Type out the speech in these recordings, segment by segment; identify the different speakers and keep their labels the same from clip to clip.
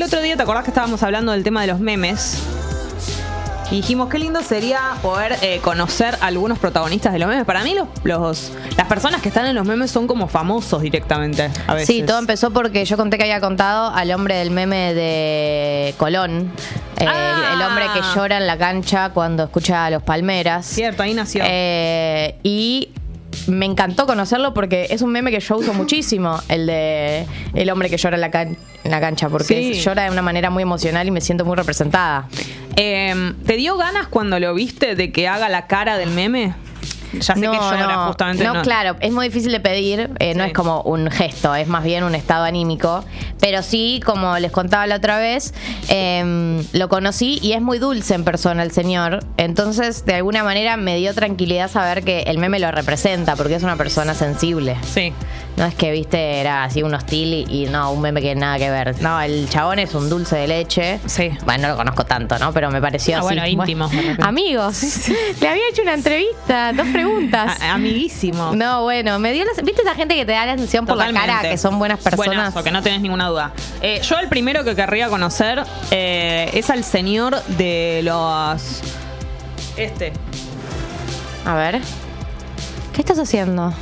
Speaker 1: El otro día, ¿te acordás que estábamos hablando del tema de los memes? Y dijimos, qué lindo sería poder eh, conocer a algunos protagonistas de los memes. Para mí, los, los- las personas que están en los memes son como famosos directamente. A veces.
Speaker 2: Sí, todo empezó porque yo conté que había contado al hombre del meme de Colón. eh,
Speaker 1: Ah.
Speaker 2: el, el hombre que llora en la cancha cuando escucha a los Palmeras.
Speaker 1: Cierto, ahí nació.
Speaker 2: Eh, y me encantó conocerlo porque es un meme que yo uso muchísimo, el de el hombre que llora en la, can- en la cancha, porque
Speaker 1: Sí.
Speaker 2: es- llora de una manera muy emocional y me siento muy representada.
Speaker 1: Eh, ¿Te dio ganas cuando lo viste de que haga la cara del meme? Ya sé que llora justamente.
Speaker 2: No, claro, es muy difícil de pedir, eh, no
Speaker 1: Sí.
Speaker 2: es como un gesto, es más bien un estado anímico. Pero sí, como les contaba la otra vez, eh, lo conocí y es muy dulce en persona el señor. Entonces, de alguna manera me dio tranquilidad saber que el meme lo representa, porque es una persona sensible.
Speaker 1: Sí.
Speaker 2: No es que, viste, era así un hostil y, y no, un meme que nada que ver. No, el chabón es un dulce de leche.
Speaker 1: Sí.
Speaker 2: Bueno, no lo conozco tanto, ¿no? Pero me pareció
Speaker 1: Ah,
Speaker 2: así.
Speaker 1: bueno, íntimo, de repente.
Speaker 2: amigos, le había hecho una entrevista, dos preguntas.
Speaker 1: A- amiguísimo.
Speaker 2: No, bueno, me dio la... ¿Viste esa gente que te da la sensación por la cara
Speaker 1: ah. Totalmente.
Speaker 2: que son buenas personas?
Speaker 1: Buenazo, que no tenés ninguna duda. Eh, yo el primero que querría conocer eh, es al señor de los... Este.
Speaker 2: A ver. ¿Qué estás haciendo?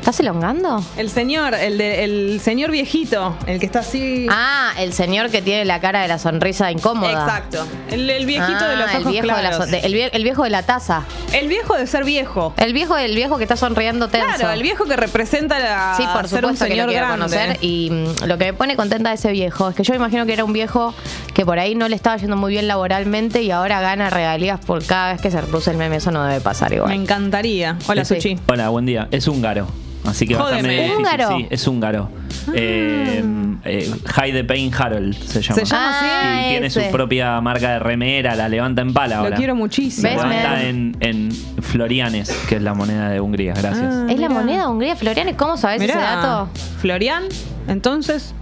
Speaker 2: ¿Estás elongando?
Speaker 1: El señor, el, de- el señor viejito, el que está así...
Speaker 2: Ah, el señor que tiene la cara de la sonrisa incómoda.
Speaker 1: Exacto. El, el viejito de los
Speaker 2: Ah,
Speaker 1: ojos
Speaker 2: el viejo, de la
Speaker 1: claros.
Speaker 2: so- de- el, vie- el viejo de la taza.
Speaker 1: El viejo de ser viejo.
Speaker 2: El viejo, el viejo que está sonriendo tenso.
Speaker 1: Claro, el viejo que representa la,
Speaker 2: Sí, por
Speaker 1: ser un
Speaker 2: supuesto que
Speaker 1: señor
Speaker 2: lo quiero
Speaker 1: grande.
Speaker 2: conocer. Y mm, lo que me pone contenta de ese viejo es que yo me imagino que era un viejo que por ahí no le estaba yendo muy bien laboralmente y ahora gana regalías por cada vez que se reproduce el meme. Eso no debe pasar
Speaker 1: Me
Speaker 2: igual.
Speaker 1: encantaría. Hola,
Speaker 2: Sí.
Speaker 1: Suchi.
Speaker 3: Hola, buen día. Es húngaro. Así que
Speaker 1: Jódeme. Ah.
Speaker 3: bastante difícil.
Speaker 2: ¿Húngaro?
Speaker 3: Sí, es húngaro. Eh, eh, Hyde Payne Harold se llama.
Speaker 1: Se llama-
Speaker 3: Y
Speaker 2: Ah,
Speaker 3: tiene su
Speaker 2: ese.
Speaker 3: propia marca de remera, la levanta en pala ahora.
Speaker 1: Lo quiero
Speaker 3: Se
Speaker 1: muchísimo.
Speaker 2: ¿Ves,
Speaker 3: levanta
Speaker 2: Mel?
Speaker 3: en, en florianes, que es la moneda de Hungría. Gracias.
Speaker 1: Ah.
Speaker 2: ¿Es la
Speaker 1: Mirá.
Speaker 2: moneda de Hungría, Florian? ¿Cómo sabes
Speaker 1: Mirá,
Speaker 2: ese dato?
Speaker 1: Florian, entonces,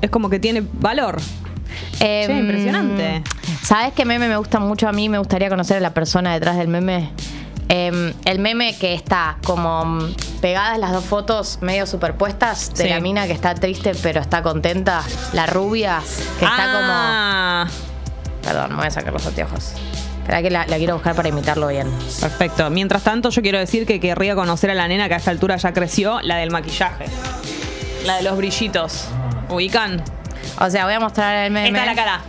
Speaker 1: es como que tiene valor.
Speaker 2: Eh,
Speaker 1: Che, impresionante.
Speaker 2: ¿Sabes qué meme me gusta mucho a mí? Me gustaría conocer a la persona detrás del meme. Eh, el meme que está como mm, pegadas las dos fotos medio superpuestas de
Speaker 1: Sí.
Speaker 2: la mina que está triste pero está contenta, la rubia que está
Speaker 1: Ah,
Speaker 2: como... Perdón, me voy a sacar los anteojos. Espera que la, la quiero buscar para imitarlo bien.
Speaker 1: Perfecto. Mientras tanto, yo quiero decir que querría conocer a la nena que a esta altura ya creció, la del maquillaje. La de los brillitos. Ubican.
Speaker 2: O sea, voy a mostrar el meme.
Speaker 1: Esta es la cara.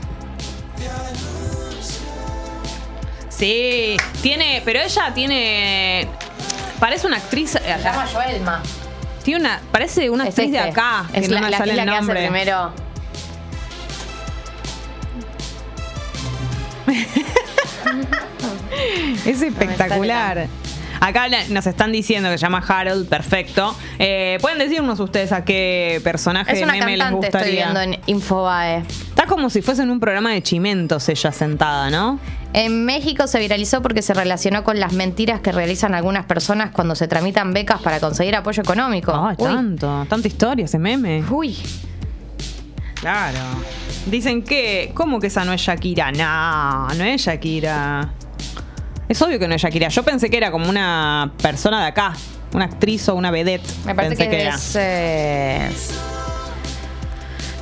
Speaker 1: Sí, tiene, pero ella tiene, parece una actriz, eh,
Speaker 2: Se llama Joelma.
Speaker 1: tiene una, parece una
Speaker 2: Es
Speaker 1: actriz de
Speaker 2: este.
Speaker 1: acá, que
Speaker 2: Es
Speaker 1: no
Speaker 2: la,
Speaker 1: me
Speaker 2: la-
Speaker 1: sale
Speaker 2: la
Speaker 1: el
Speaker 2: que hace
Speaker 1: nombre.
Speaker 2: primero.
Speaker 1: Es espectacular. Acá la- nos están diciendo que se llama Harold, perfecto. Eh, Pueden decirnos ustedes a qué personaje
Speaker 2: Es
Speaker 1: de
Speaker 2: una
Speaker 1: meme les
Speaker 2: cantante, estoy
Speaker 1: gustaría.
Speaker 2: viendo en Infobae.
Speaker 1: Está como si fuese en un programa de chimentos ella sentada, ¿no?
Speaker 2: En México se viralizó porque se relacionó con las mentiras que realizan algunas personas cuando se tramitan becas para conseguir apoyo económico.
Speaker 1: Ay,
Speaker 2: Uy.
Speaker 1: Ah, tanto, tanta historia ese meme.
Speaker 2: Uy.
Speaker 1: Claro. Dicen que, ¿cómo que esa no es Shakira? No, no es Shakira. Es obvio que no es Shakira. Yo pensé que era como una persona de acá, una actriz o una vedette.
Speaker 2: Me parece
Speaker 1: Pensé
Speaker 2: que, es. eh,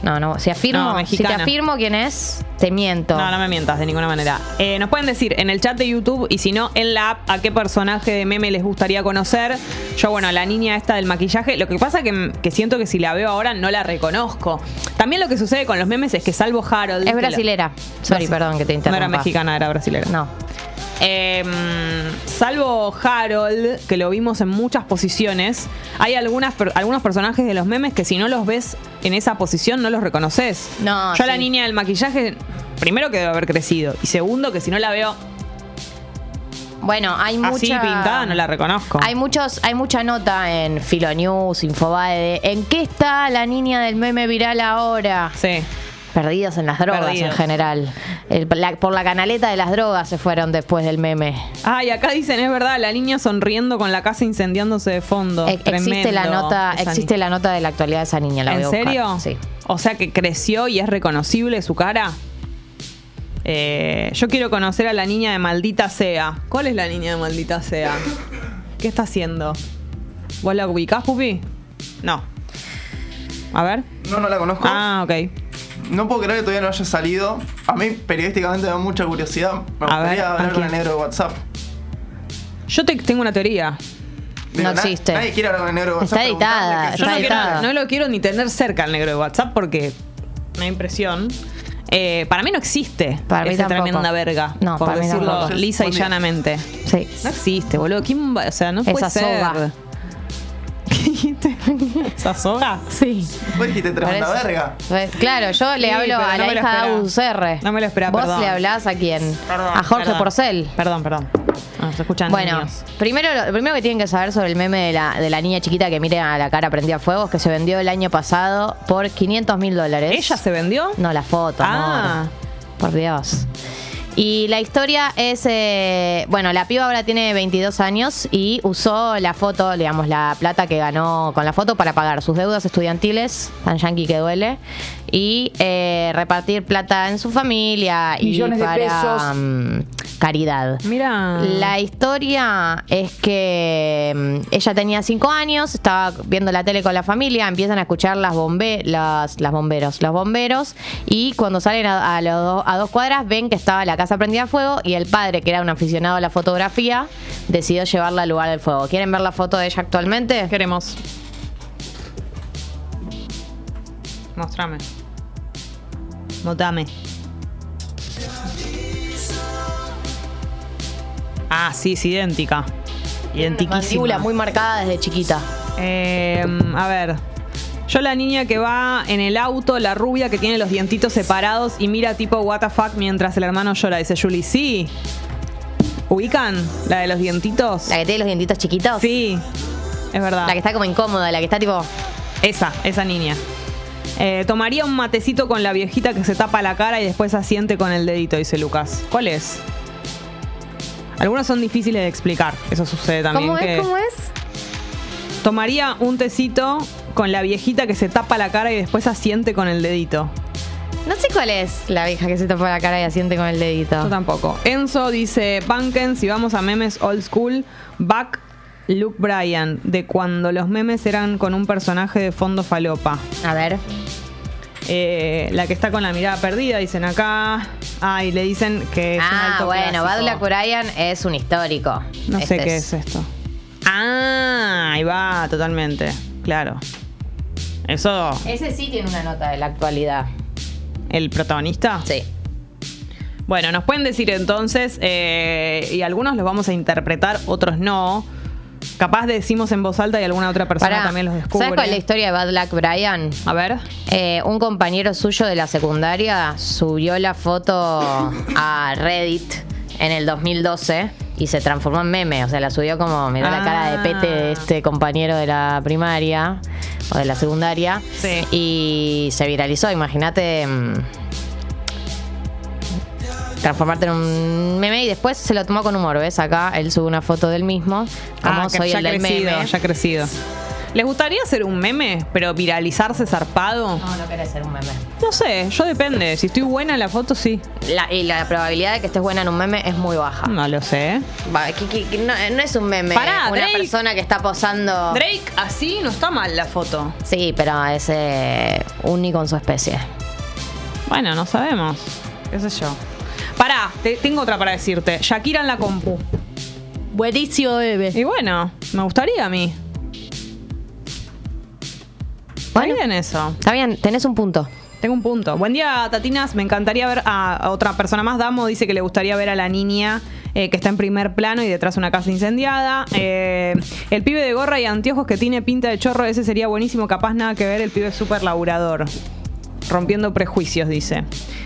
Speaker 2: No, no, si
Speaker 1: No,
Speaker 2: afirmo, si te
Speaker 1: mexicana.
Speaker 2: afirmo quién es, te miento.
Speaker 1: No, no me mientas de ninguna manera. Eh, nos pueden decir en el chat de YouTube y si no, en la app, a qué personaje de meme les gustaría conocer. Yo, bueno, la niña esta del maquillaje. Lo que pasa que, que siento que si la veo ahora no la reconozco. También lo que sucede con los memes es que salvo Harold. que
Speaker 2: es
Speaker 1: lo-
Speaker 2: brasilera. Sorry,
Speaker 1: Brasi-
Speaker 2: perdón que te interrumpa.
Speaker 1: No era mexicana, era brasilera.
Speaker 2: No.
Speaker 1: Eh, salvo Harold, que lo vimos en muchas posiciones, hay algunas, per- algunos personajes de los memes que si no los ves en esa posición no los reconoces.
Speaker 2: No,
Speaker 1: Yo a la
Speaker 2: sí.
Speaker 1: niña del maquillaje, primero que debe haber crecido y segundo que si no la veo
Speaker 2: Bueno, hay mucha.
Speaker 1: así pintada no la reconozco.
Speaker 2: Hay muchos, hay mucha nota en Filonews, Infobae, de en qué está la niña del meme viral ahora.
Speaker 1: sí.
Speaker 2: Perdidos en las drogas
Speaker 1: Perdidos.
Speaker 2: en general. El- la- por la canaleta de las drogas se fueron después del meme.
Speaker 1: Ay, acá dicen, es verdad, la niña sonriendo con la casa incendiándose de fondo.
Speaker 2: E- existe
Speaker 1: Tremendo
Speaker 2: la nota,
Speaker 1: esa
Speaker 2: existe
Speaker 1: ni-
Speaker 2: la nota de la actualidad de esa niña. La voy a
Speaker 1: ¿En
Speaker 2: buscar.
Speaker 1: serio?
Speaker 2: Sí.
Speaker 1: O sea que creció y es reconocible su cara. Eh, yo quiero conocer a la niña de maldita sea. ¿Cuál es la niña de maldita sea? ¿Qué está haciendo? ¿Vos la ubicás, Pupi? No. A ver.
Speaker 4: No, no la conozco.
Speaker 1: Ah, ok.
Speaker 4: no puedo creer que todavía no haya salido. A mí, periodísticamente, me da mucha curiosidad. Me
Speaker 1: A ver,
Speaker 4: gustaría
Speaker 1: ¿a
Speaker 4: hablar con el
Speaker 1: quién?
Speaker 4: negro de WhatsApp.
Speaker 1: Yo te- tengo una teoría.
Speaker 2: No
Speaker 4: na-
Speaker 2: existe.
Speaker 4: Nadie quiere hablar con el negro de WhatsApp.
Speaker 2: Está editada,
Speaker 4: preguntarle que
Speaker 1: Yo
Speaker 2: está
Speaker 1: no,
Speaker 4: yo-
Speaker 1: quiero,
Speaker 2: editada.
Speaker 1: no lo quiero ni tener cerca al negro de WhatsApp porque me da impresión. Eh, para mí no existe
Speaker 2: Para mí
Speaker 1: esa
Speaker 2: tampoco.
Speaker 1: tremenda verga.
Speaker 2: No,
Speaker 1: por
Speaker 2: para mí
Speaker 1: decirlo
Speaker 2: tampoco.
Speaker 1: lisa y
Speaker 4: Bueno.
Speaker 1: llanamente.
Speaker 2: Sí.
Speaker 1: No existe, boludo. ¿Quién va? O sea, no puede
Speaker 2: Esa
Speaker 1: ser.
Speaker 2: soga.
Speaker 1: ¿Qué dijiste? ¿Esa soga?
Speaker 2: Sí.
Speaker 4: Vos dijiste tremenda
Speaker 2: Parece-
Speaker 4: verga.
Speaker 2: Pues, Claro, yo le
Speaker 1: Sí,
Speaker 2: hablo
Speaker 1: pero
Speaker 2: a
Speaker 1: no me
Speaker 2: la
Speaker 1: lo
Speaker 2: hija de
Speaker 1: esperaba.
Speaker 2: Agus R.
Speaker 1: No me lo esperaba,
Speaker 2: Vos
Speaker 1: perdón.
Speaker 2: le hablás a quién?
Speaker 1: Perdón,
Speaker 2: a Jorge
Speaker 1: perdón.
Speaker 2: Porcel.
Speaker 1: Perdón, perdón. Ah, se escuchan
Speaker 2: Bueno,
Speaker 1: niños.
Speaker 2: primero, lo primero que tienen que saber sobre el meme de la, de la niña chiquita que mira a la cara prendida a fuego es que se vendió el año pasado por 500 mil dólares.
Speaker 1: ¿Ella se vendió?
Speaker 2: No, la foto,
Speaker 1: Ah.
Speaker 2: amor. Por Dios. Y la historia es, eh, bueno, la piba ahora tiene 22 años y usó la foto, digamos, la plata que ganó con la foto para pagar sus deudas estudiantiles, tan yanqui que duele, y eh, repartir plata en su familia
Speaker 5: Millones
Speaker 2: y
Speaker 5: de
Speaker 2: para
Speaker 5: pesos.
Speaker 2: mm, caridad.
Speaker 1: Mira.
Speaker 2: La historia es que mm, ella tenía cinco años, estaba viendo la tele con la familia, empiezan a escuchar las, bombe las, las bomberos, los bomberos, y cuando salen a, a los do- a dos cuadras ven que estaba la casa prendida a fuego y el padre, que era un aficionado a la fotografía, decidió llevarla al lugar del fuego. ¿Quieren ver la foto de ella actualmente?
Speaker 1: Queremos. Mostrame. Mostrame. Ah, sí, es idéntica.
Speaker 2: Mandíbula
Speaker 1: Identiquísima.
Speaker 2: muy marcada desde chiquita.
Speaker 1: Eh, a ver. Yo la niña que va en el auto, la rubia que tiene los dientitos separados y mira tipo what the fuck mientras el hermano llora. Dice Julie, sí. ¿Ubican? La de los dientitos.
Speaker 2: La que tiene los dientitos chiquitos.
Speaker 1: Sí. Es verdad.
Speaker 2: La que está como incómoda, la que está tipo...
Speaker 1: Esa, esa niña. Eh, tomaría un matecito con la viejita que se tapa la cara y después asiente con el dedito, dice Lucas. ¿Cuál es? Algunos son difíciles de explicar. Eso sucede también.
Speaker 2: ¿Cómo
Speaker 1: que
Speaker 2: es? ¿Cómo es?
Speaker 1: Tomaría un tecito con la viejita que se tapa la cara y después asiente con el dedito.
Speaker 2: No sé cuál es la vieja que se tapa la cara y asiente con el dedito.
Speaker 1: Yo tampoco. Enzo dice, Banken, si vamos a memes old school, back Luke Bryan, de cuando los memes eran con un personaje de fondo falopa.
Speaker 2: A ver.
Speaker 1: Eh, la que está con la mirada perdida, dicen acá. Ah, y le dicen que es un
Speaker 2: ah,
Speaker 1: alto
Speaker 2: bueno,
Speaker 1: clásico.
Speaker 2: Bad Luck Ryan es un histórico.
Speaker 1: No sé
Speaker 2: Este
Speaker 1: qué es. esto. Ah, ahí va, totalmente. Claro. Eso,
Speaker 2: Ese sí tiene una nota de la actualidad.
Speaker 1: el protagonista.
Speaker 2: Sí.
Speaker 1: Bueno, nos pueden decir entonces, eh, y algunos los vamos a interpretar, otros no. Capaz decimos en voz alta y alguna otra persona
Speaker 2: Pará,
Speaker 1: también los descubre.
Speaker 2: ¿Sabes cuál es la historia de Bad Luck Brian?
Speaker 1: A ver.
Speaker 2: Eh, un compañero suyo de la secundaria subió la foto a Reddit en el 2012 y se transformó en meme. O sea, la subió como, miró la cara de pete
Speaker 1: Ah.
Speaker 2: de este compañero de la primaria o de la secundaria.
Speaker 1: Sí.
Speaker 2: Y se viralizó. Imagínate mm, transformarte en un meme y después se lo tomó con humor. ¿Ves? Acá él sube una foto del mismo. Como
Speaker 1: Ah, que
Speaker 2: soy
Speaker 1: ya
Speaker 2: el del
Speaker 1: crecido,
Speaker 2: meme.
Speaker 1: ya crecido. ¿Les gustaría hacer un meme, pero viralizarse zarpado?
Speaker 2: No, no querés ser un meme.
Speaker 1: No sé, yo depende. Si estoy buena en la foto, sí.
Speaker 2: La- y la probabilidad de que estés buena en un meme es muy baja.
Speaker 1: No lo sé.
Speaker 2: Va, que- que- que no, no es un meme.
Speaker 1: Mm. Pará,
Speaker 2: una
Speaker 1: Drake.
Speaker 2: persona que está posando.
Speaker 1: Drake, así no está mal la foto.
Speaker 2: Sí, pero es eh, único en su especie.
Speaker 1: Bueno, no sabemos. ¿Qué sé yo? Pará, te- tengo otra para decirte. Shakira en la compu.
Speaker 2: Buenísimo bebé.
Speaker 1: Y bueno, me gustaría a mí. Está
Speaker 2: Bueno.
Speaker 1: bien eso.
Speaker 2: Está bien, tenés un punto.
Speaker 1: Tengo un punto. Buen día, Tatinas. Me encantaría ver a a otra persona más. Damo dice que le gustaría ver a la niña eh, que está en primer plano y detrás una casa incendiada. Eh, el pibe de gorra y anteojos que tiene pinta de chorro, ese sería buenísimo. Capaz nada que ver, el pibe es súper laburador. Rompiendo prejuicios, dice.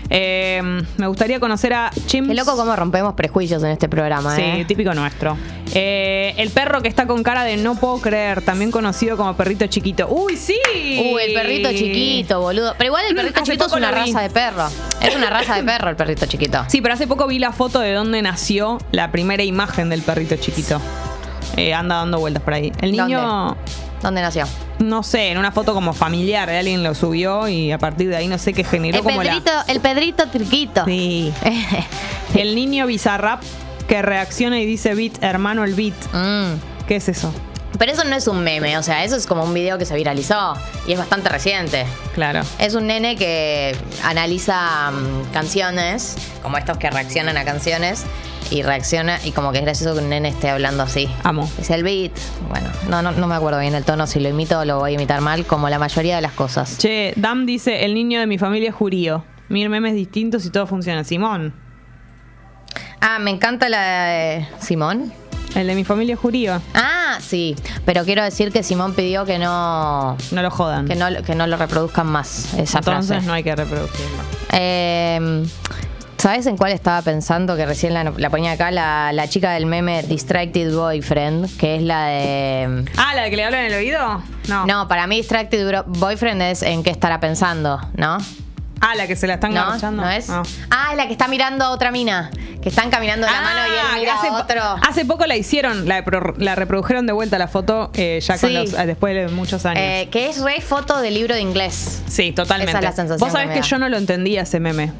Speaker 1: Eh, me gustaría conocer a Chim.
Speaker 2: Qué loco cómo rompemos prejuicios en este programa,
Speaker 1: Mm. Sí,
Speaker 2: ¿eh?
Speaker 1: típico nuestro. Eh, el perro que está con cara de no puedo creer, también conocido como perrito chiquito. ¡Uy, sí!
Speaker 2: Uh, el perrito chiquito, boludo. Pero igual el perrito
Speaker 1: Mm, Hace
Speaker 2: chiquito es
Speaker 1: poco
Speaker 2: una
Speaker 1: lo vi.
Speaker 2: raza de perro. Es una raza de perro el perrito chiquito.
Speaker 1: Sí, pero hace poco vi la foto de dónde nació la primera imagen del perrito chiquito. Eh, anda dando vueltas por ahí. El niño,
Speaker 2: ¿Dónde? ¿Dónde nació?
Speaker 1: no sé, en una foto como familiar, ¿eh? alguien lo subió y a partir de ahí no sé qué generó
Speaker 2: El
Speaker 1: como
Speaker 2: Pedrito, el Pedrito Triquito.
Speaker 1: la. Sí. El niño bizarrap que reacciona y dice beat, hermano el beat.
Speaker 2: Mm.
Speaker 1: ¿Qué es eso?
Speaker 2: Pero eso no es un meme, o sea, eso es como un video que se viralizó y es bastante reciente.
Speaker 1: Claro.
Speaker 2: Es un nene que analiza mm, canciones, como estos que reaccionan a canciones, y reacciona, y como que es gracioso que un nene esté hablando así.
Speaker 1: Amo.
Speaker 2: Es el beat. Bueno, no, no, no me acuerdo bien el tono, si lo imito lo voy a imitar mal, como la mayoría de las cosas.
Speaker 1: Che, Dam dice, el niño de mi familia es jurío. Mil memes distintos y todo funciona. Simón,
Speaker 2: Ah, me encanta la de Simón.
Speaker 1: el de mi familia es jurío.
Speaker 2: Ah, sí, pero quiero decir que Simón pidió que no,
Speaker 1: No lo jodan.
Speaker 2: que no, que no lo reproduzcan más esa
Speaker 1: Entonces
Speaker 2: frase.
Speaker 1: no hay que reproducirlo.
Speaker 2: Eh, ¿Sabes en cuál estaba pensando? Que recién la, la ponía acá la, la chica del meme Distracted Boyfriend, que es la de. em,
Speaker 1: Ah, la de que le hablan en el oído? No.
Speaker 2: No, para mí Distracted Bro- Boyfriend es en qué estará pensando, ¿no?
Speaker 1: Ah, la que se la están
Speaker 2: ¿No?
Speaker 1: garchando.
Speaker 2: ¿No es?
Speaker 1: No.
Speaker 2: Ah, es la que está mirando a otra mina. Que están caminando de la
Speaker 1: Ah,
Speaker 2: mano y él
Speaker 1: que
Speaker 2: mira
Speaker 1: hace, Ah,
Speaker 2: a
Speaker 1: po-
Speaker 2: otro.
Speaker 1: hace poco la hicieron, la, pro- la reprodujeron de vuelta la foto eh, ya con
Speaker 2: Sí.
Speaker 1: los- ah, después de muchos años.
Speaker 2: Eh, que es re foto de libro de inglés.
Speaker 1: sí, totalmente.
Speaker 2: esa es la sensación
Speaker 1: Vos
Speaker 2: que
Speaker 1: sabés
Speaker 2: me
Speaker 1: que
Speaker 2: da.
Speaker 1: yo no lo entendía ese meme.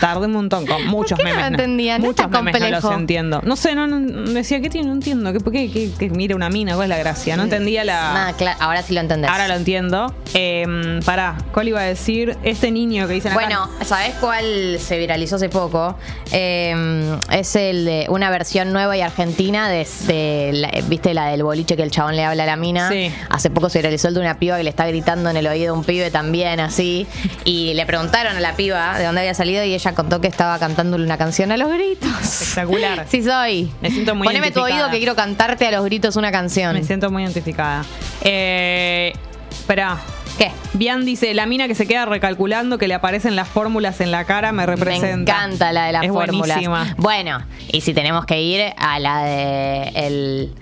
Speaker 1: Tardé un montón con muchos
Speaker 2: qué no lo
Speaker 1: memes.
Speaker 2: entendían? No es
Speaker 1: Muchos
Speaker 2: tan
Speaker 1: memes no los
Speaker 2: complejo.
Speaker 1: entiendo. No sé, no, no- decía, ¿qué tiene? No entiendo. ¿Qué, por qué, qué- qué mira una mina? ¿Cuál es la gracia? No
Speaker 2: Mm,
Speaker 1: entendía la.
Speaker 2: Nada, Ah, cla- ahora sí lo entendés.
Speaker 1: Ahora lo entiendo. Eh, pará, ¿cuál iba a decir? Este niño que dicen acá-
Speaker 2: Bueno, ¿sabés cuál se viralizó hace poco? Eh, es el de una versión nueva y argentina de, de la- viste la del boliche que el chabón le habla a la mina.
Speaker 1: Sí.
Speaker 2: Hace poco se viralizó el de una piba que le está gritando en el oído a un pibe también así y le preguntaron a la piba de dónde había salido y ella contó que estaba cantándole una canción a los gritos.
Speaker 1: Espectacular.
Speaker 2: Sí soy.
Speaker 1: Me siento muy
Speaker 2: Poneme tu
Speaker 1: identificada.
Speaker 2: oído que quiero cantarte a los gritos una canción.
Speaker 1: Me siento muy identificada. Eh, esperá.
Speaker 2: ¿Qué?
Speaker 1: Bian dice, la mina que se queda recalculando que le aparecen las fórmulas en la cara me representa.
Speaker 2: Me encanta la de las
Speaker 1: Es
Speaker 2: fórmulas.
Speaker 1: buenísima.
Speaker 2: Bueno, y si tenemos que ir a la de el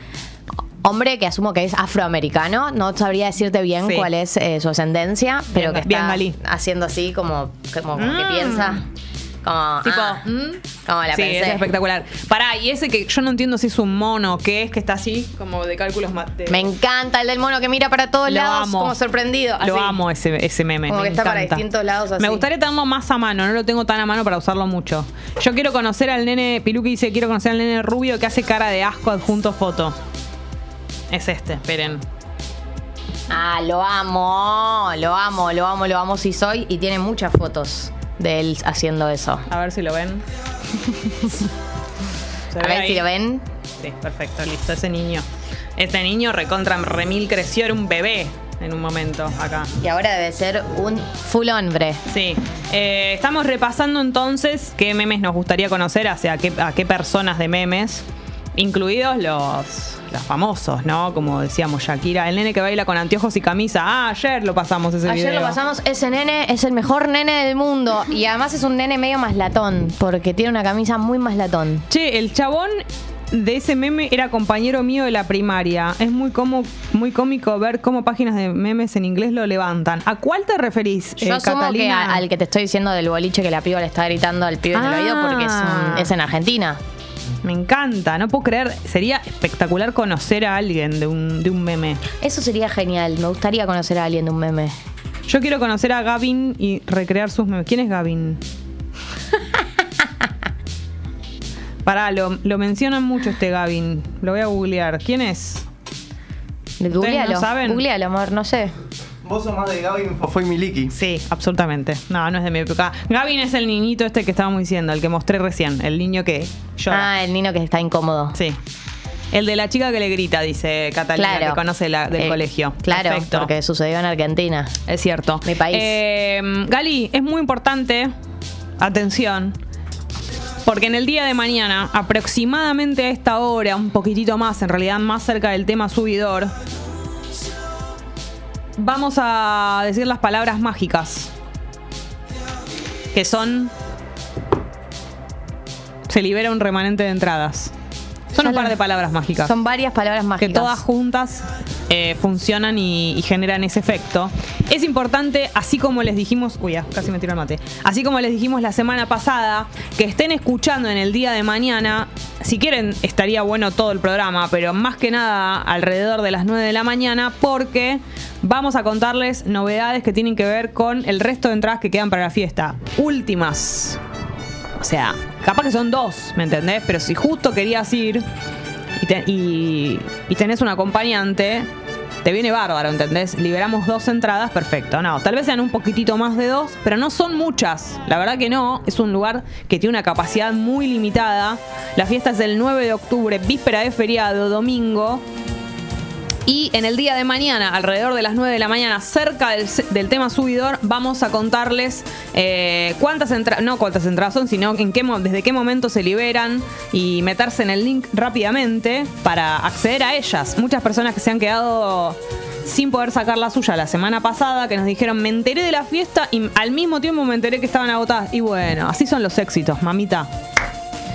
Speaker 2: hombre que asumo que es afroamericano, no sabría decirte bien
Speaker 1: Sí.
Speaker 2: cuál es eh, su ascendencia, pero que está
Speaker 1: Bengalí.
Speaker 2: haciendo así como, como, como que
Speaker 1: Mm.
Speaker 2: piensa. Como,
Speaker 1: Tipo, mm.
Speaker 2: ah, como la
Speaker 1: sí,
Speaker 2: pensé.
Speaker 1: es espectacular. Pará, y ese que yo no entiendo si es un mono, que es que está así, como de cálculos ma- de-
Speaker 2: Me encanta el del mono que mira para todos
Speaker 1: Lo
Speaker 2: lados,
Speaker 1: amo.
Speaker 2: como sorprendido.
Speaker 1: Lo
Speaker 2: así.
Speaker 1: amo ese, ese meme.
Speaker 2: Como
Speaker 1: me
Speaker 2: que está para
Speaker 1: encanta.
Speaker 2: distintos lados, así.
Speaker 1: Me gustaría tenerlo más a mano, no lo tengo tan a mano para usarlo mucho. Yo quiero conocer al nene, Piluki dice, quiero conocer al nene rubio que hace cara de asco adjunto foto. Es este, esperen.
Speaker 2: Ah, lo amo, lo amo, lo amo, lo amo si soy. Y tiene muchas fotos de él haciendo eso.
Speaker 1: A ver si lo ven. ¿Se
Speaker 2: A
Speaker 1: ve
Speaker 2: ver
Speaker 1: ahí?
Speaker 2: si lo ven.
Speaker 1: Sí, perfecto, listo, ese niño. Este niño recontra remil creció, era un bebé en un momento acá.
Speaker 2: Y ahora debe ser un full hombre.
Speaker 1: Sí. Eh, estamos repasando entonces qué memes nos gustaría conocer, o sea, qué, a qué personas de memes, incluidos los, los famosos, ¿no? Como decíamos, Shakira, el nene que baila con anteojos y camisa. Ah, ayer lo pasamos ese
Speaker 2: Ayer
Speaker 1: video.
Speaker 2: lo pasamos, ese nene es el mejor nene del mundo. Y además es un nene medio más latón, porque tiene una camisa muy más latón.
Speaker 1: Che, el chabón de ese meme era compañero mío de la primaria. Es muy, como, muy cómico ver cómo páginas de memes en inglés lo levantan. ¿A cuál te referís, eh,
Speaker 2: Yo asumo que
Speaker 1: Catalina?
Speaker 2: a- al que te estoy diciendo del boliche que la piba le está gritando al pibe en
Speaker 1: Ah.
Speaker 2: el oído porque es, un- es en Argentina.
Speaker 1: Me encanta, no puedo creer. Sería espectacular conocer a alguien de un, de un meme.
Speaker 2: Eso sería genial. Me gustaría conocer a alguien de un meme.
Speaker 1: Yo quiero conocer a Gavin y recrear sus memes. ¿Quién es Gavin? Pará, lo, lo mencionan mucho este Gavin. Lo voy a googlear. ¿Quién es?
Speaker 2: Googlealo.
Speaker 1: saben?
Speaker 2: Googlealo, amor, no sé.
Speaker 4: Vos sos más de Gavin fue Miliki.
Speaker 1: Sí, absolutamente. No, no es de mi época. Gavin es el niñito este que estábamos diciendo, el que mostré recién, el niño que llora.
Speaker 2: Ah, el niño que está incómodo.
Speaker 1: Sí. El de la chica que le grita, dice Catalina,
Speaker 2: Claro.
Speaker 1: que conoce la- del
Speaker 2: Eh,
Speaker 1: colegio.
Speaker 2: Claro,
Speaker 1: Perfecto.
Speaker 2: porque sucedió en Argentina.
Speaker 1: Es cierto.
Speaker 2: Mi país.
Speaker 1: Eh, Gali, es muy importante, atención, porque en el día de mañana, aproximadamente a esta hora, un poquitito más, en realidad más cerca del tema subidor, vamos a decir las palabras mágicas, que son... Se libera un remanente de entradas. Son
Speaker 2: Ya
Speaker 1: un par
Speaker 2: la-
Speaker 1: de palabras mágicas
Speaker 2: Son varias palabras mágicas.
Speaker 1: que todas juntas eh, funcionan y, y generan ese efecto. Es importante, así como les dijimos, uy, ah, casi me tiro el mate, así como les dijimos la semana pasada, que estén escuchando en el día de mañana, si quieren estaría bueno todo el programa, pero más que nada alrededor de las 9 de la mañana, porque vamos a contarles novedades que tienen que ver con el resto de entradas que quedan para la fiesta. Últimas. O sea, capaz que son dos, ¿me entendés? Pero si justo querías ir y, te- y- y tenés un acompañante, te viene bárbaro, ¿entendés? Liberamos dos entradas, perfecto. No, tal vez sean un poquitito más de dos, pero no son muchas. La verdad que no, es un lugar que tiene una capacidad muy limitada. La fiesta es el 9 de octubre, víspera de feriado, domingo. Y en el día de mañana, alrededor de las 9 de la mañana, cerca del, se- del tema subidor, vamos a contarles eh, cuántas entradas, no cuántas entradas son, sino en qué, mo- desde qué momento se liberan y meterse en el link rápidamente para acceder a ellas. Muchas personas que se han quedado sin poder sacar la suya la semana pasada, que nos dijeron, me enteré de la fiesta y al mismo tiempo me enteré que estaban agotadas. Y bueno, así son los éxitos, mamita.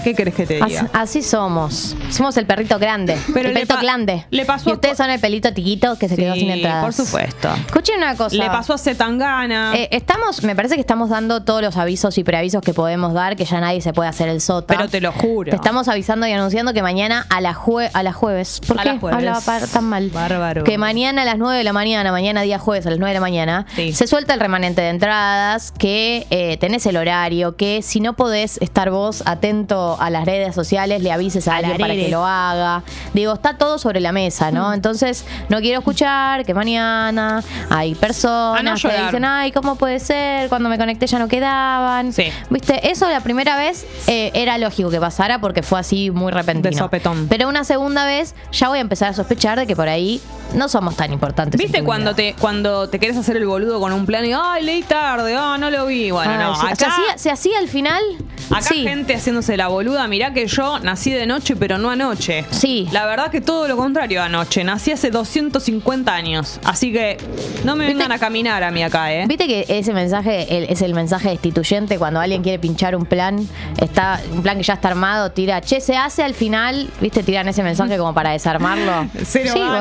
Speaker 1: ¿Qué querés que te diga?
Speaker 2: Así, así somos. Somos el perrito grande.
Speaker 1: Pero
Speaker 2: el
Speaker 1: le
Speaker 2: perrito
Speaker 1: pa-
Speaker 2: grande.
Speaker 1: le pasó
Speaker 2: y
Speaker 1: a
Speaker 2: ustedes
Speaker 1: co-
Speaker 2: son el pelito tiquito que se quedó
Speaker 1: Sí,
Speaker 2: sin entradas.
Speaker 1: por supuesto.
Speaker 2: Escuchen una cosa.
Speaker 1: Le pasó a Zetangana.
Speaker 2: Eh, estamos, me parece que estamos dando todos los avisos y preavisos que podemos dar, que ya nadie se puede hacer el sota.
Speaker 1: Pero te lo juro.
Speaker 2: Te estamos avisando y anunciando que mañana a las jue a las jueves. ¿Por
Speaker 1: A
Speaker 2: qué
Speaker 1: las jueves.
Speaker 2: hablaba par- tan mal?
Speaker 1: Bárbaro.
Speaker 2: Que mañana a las 9 de la mañana, mañana día jueves a las 9 de la mañana,
Speaker 1: Sí.
Speaker 2: se suelta el remanente de entradas, que eh, tenés el horario, que si no podés estar vos atento a las redes sociales, le avises a,
Speaker 1: A las
Speaker 2: alguien para que
Speaker 1: redes. Mm.
Speaker 2: lo haga. Digo, está todo sobre la mesa, ¿no? Entonces, no quiero escuchar que mañana hay personas
Speaker 1: A Ah, no
Speaker 2: que
Speaker 1: llorar.
Speaker 2: dicen, ay, ¿cómo puede ser? Cuando me conecté ya no quedaban.
Speaker 1: Sí.
Speaker 2: Viste, eso la primera vez eh, era lógico que pasara porque fue así muy repentino.
Speaker 1: De sopetón.
Speaker 2: Pero una segunda vez ya voy a empezar a sospechar de que por ahí no somos tan importantes. en
Speaker 1: ¿Viste
Speaker 2: tu
Speaker 1: cuando
Speaker 2: vida.
Speaker 1: te cuando te querés hacer el boludo con un plan y ay, leí tarde, ah, no lo vi? Bueno,
Speaker 2: Ay,
Speaker 1: no,
Speaker 2: sí. O sea,
Speaker 1: acá,
Speaker 2: ¿se hacía- ¿Se hacía al final?
Speaker 1: acá
Speaker 2: sí.
Speaker 1: gente haciéndose la boluda, mirá que yo nací de noche, pero no anoche.
Speaker 2: Sí.
Speaker 1: La verdad que todo lo contrario anoche, nací hace 250 años, así que no me
Speaker 2: ¿Viste?
Speaker 1: vengan a caminar a mí acá, ¿eh?
Speaker 2: Viste que ese mensaje el- es el mensaje destituyente cuando alguien quiere pinchar un plan, está un plan que ya está armado, tira, che, se hace al final, viste, tiran ese mensaje como para desarmarlo.
Speaker 1: Cero
Speaker 2: sí,
Speaker 1: ganas.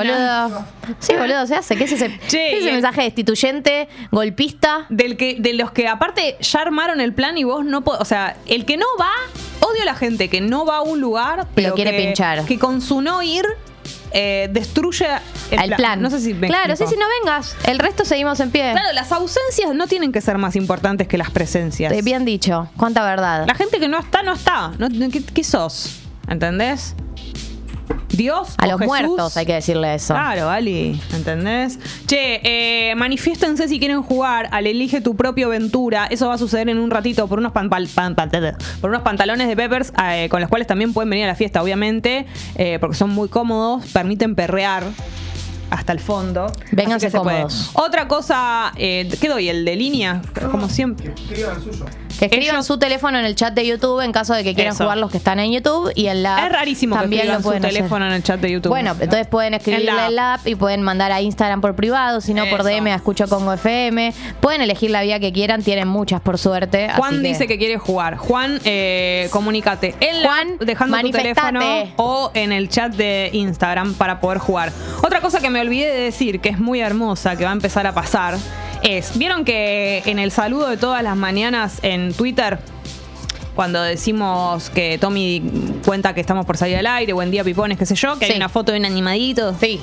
Speaker 2: boludo. Sí, boludo, se hace. ¿Qué es ese,
Speaker 1: Che,
Speaker 2: qué es ese
Speaker 1: y el-
Speaker 2: mensaje destituyente, golpista?
Speaker 1: Del que, de los que aparte ya armaron el plan y vos no podés. O sea, el que no va, odio a la gente que no va a un lugar, pero
Speaker 2: quiere
Speaker 1: que,
Speaker 2: pinchar.
Speaker 1: Que con su no ir eh, destruye el,
Speaker 2: Al plan.
Speaker 1: No sé si me
Speaker 2: Claro,
Speaker 1: explico.
Speaker 2: sí, sí, no vengas. El resto seguimos en pie.
Speaker 1: Claro, las ausencias no tienen que ser más importantes que las presencias.
Speaker 2: Eh, Bien dicho. Cuánta verdad.
Speaker 1: La gente que no está, no está. No- no- ¿qué, qué sos? ¿Entendés? Dios
Speaker 2: A
Speaker 1: o
Speaker 2: los
Speaker 1: Jesús.
Speaker 2: muertos hay que decirle eso.
Speaker 1: Claro, Ali, ¿entendés? Che, eh, manifiéstense si quieren jugar al Elige tu propio Ventura. Eso va a suceder en un ratito por unos, pan- pal- pan- pan- por unos pantalones de Peppers, eh, con los cuales también pueden venir a la fiesta, obviamente, eh, porque son muy cómodos, permiten perrear hasta el fondo.
Speaker 2: Vénganse
Speaker 1: Así que se puede.
Speaker 2: cómodos.
Speaker 1: Otra cosa, eh, ¿qué doy? ¿El de línea? Como siempre.
Speaker 4: Escriban el suyo.
Speaker 2: Que escriban
Speaker 1: Ellos-
Speaker 2: su teléfono en el chat de YouTube en caso de que quieran
Speaker 1: Eso.
Speaker 2: jugar los que están en YouTube y en la app
Speaker 1: Es rarísimo que
Speaker 2: Ah, también
Speaker 1: escriban
Speaker 2: lo
Speaker 1: su
Speaker 2: pueden hacer.
Speaker 1: teléfono en el chat de YouTube.
Speaker 2: Bueno, entonces pueden escribirle
Speaker 1: En la
Speaker 2: en la app y pueden mandar a Instagram por privado, si no por
Speaker 1: Eso.
Speaker 2: DM a Escucho Congo FM. Pueden elegir la vía que quieran, tienen muchas por suerte. así
Speaker 1: Juan dice que quiere jugar. Juan, eh, comunícate. En la-
Speaker 2: Juan,
Speaker 1: dejando tu
Speaker 2: manifestate.
Speaker 1: teléfono o en el chat de Instagram para poder jugar. Otra cosa que me olvidé de decir, que es muy hermosa, que va a empezar a pasar, es, ¿vieron que en el saludo de todas las mañanas en Twitter cuando decimos que Tommy cuenta que estamos por salir al aire, buen día pipones, qué sé yo, que
Speaker 2: Sí.
Speaker 1: hay una foto de un animadito.
Speaker 2: Sí,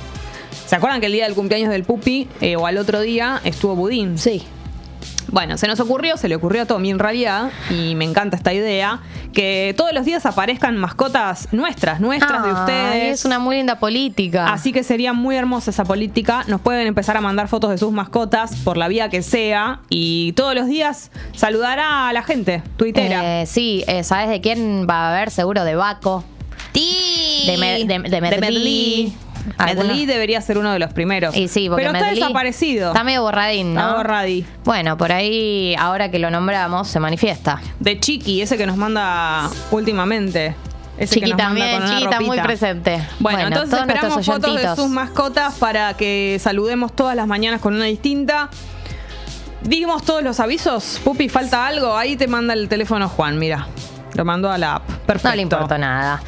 Speaker 1: ¿Se acuerdan que el día del cumpleaños del Pupi eh, o al otro día estuvo Budín?
Speaker 2: sí.
Speaker 1: Bueno, se nos ocurrió, se le ocurrió a Tommy en realidad, y me encanta esta idea, que todos los días aparezcan mascotas nuestras, nuestras de
Speaker 2: Ay,
Speaker 1: ustedes.
Speaker 2: Es una muy linda política.
Speaker 1: Así que sería muy hermosa esa política. Nos pueden empezar a mandar fotos de sus mascotas por la vía que sea y todos los días saludar a la gente, tuitera.
Speaker 2: Eh, sí, eh, ¿sabes de quién va a haber? Seguro de Baco. De, Mer- de, de Merlí.
Speaker 1: Medley.
Speaker 2: Algunos-
Speaker 1: Medley debería ser uno de los primeros.
Speaker 2: Y sí, porque
Speaker 1: Pero
Speaker 2: Medley
Speaker 1: está desaparecido.
Speaker 2: Está medio borradín, ¿no?
Speaker 1: Está borradi.
Speaker 2: Bueno, por ahí, ahora que lo nombramos, se manifiesta.
Speaker 1: De Chiqui, ese que nos manda últimamente. Ese que
Speaker 2: Chiqui
Speaker 1: nos manda
Speaker 2: también,
Speaker 1: con una
Speaker 2: Chiqui está muy
Speaker 1: ropita.
Speaker 2: presente.
Speaker 1: Bueno,
Speaker 2: Bueno,
Speaker 1: entonces
Speaker 2: todos nuestros
Speaker 1: esperamos fotos de
Speaker 2: oyentitos.
Speaker 1: sus mascotas para que saludemos todas las mañanas con una distinta. Dimos todos los avisos. Pupi, falta algo. Ahí te manda el teléfono Juan, mira. Lo mandó a la app. Perfecto.
Speaker 2: No le importa nada.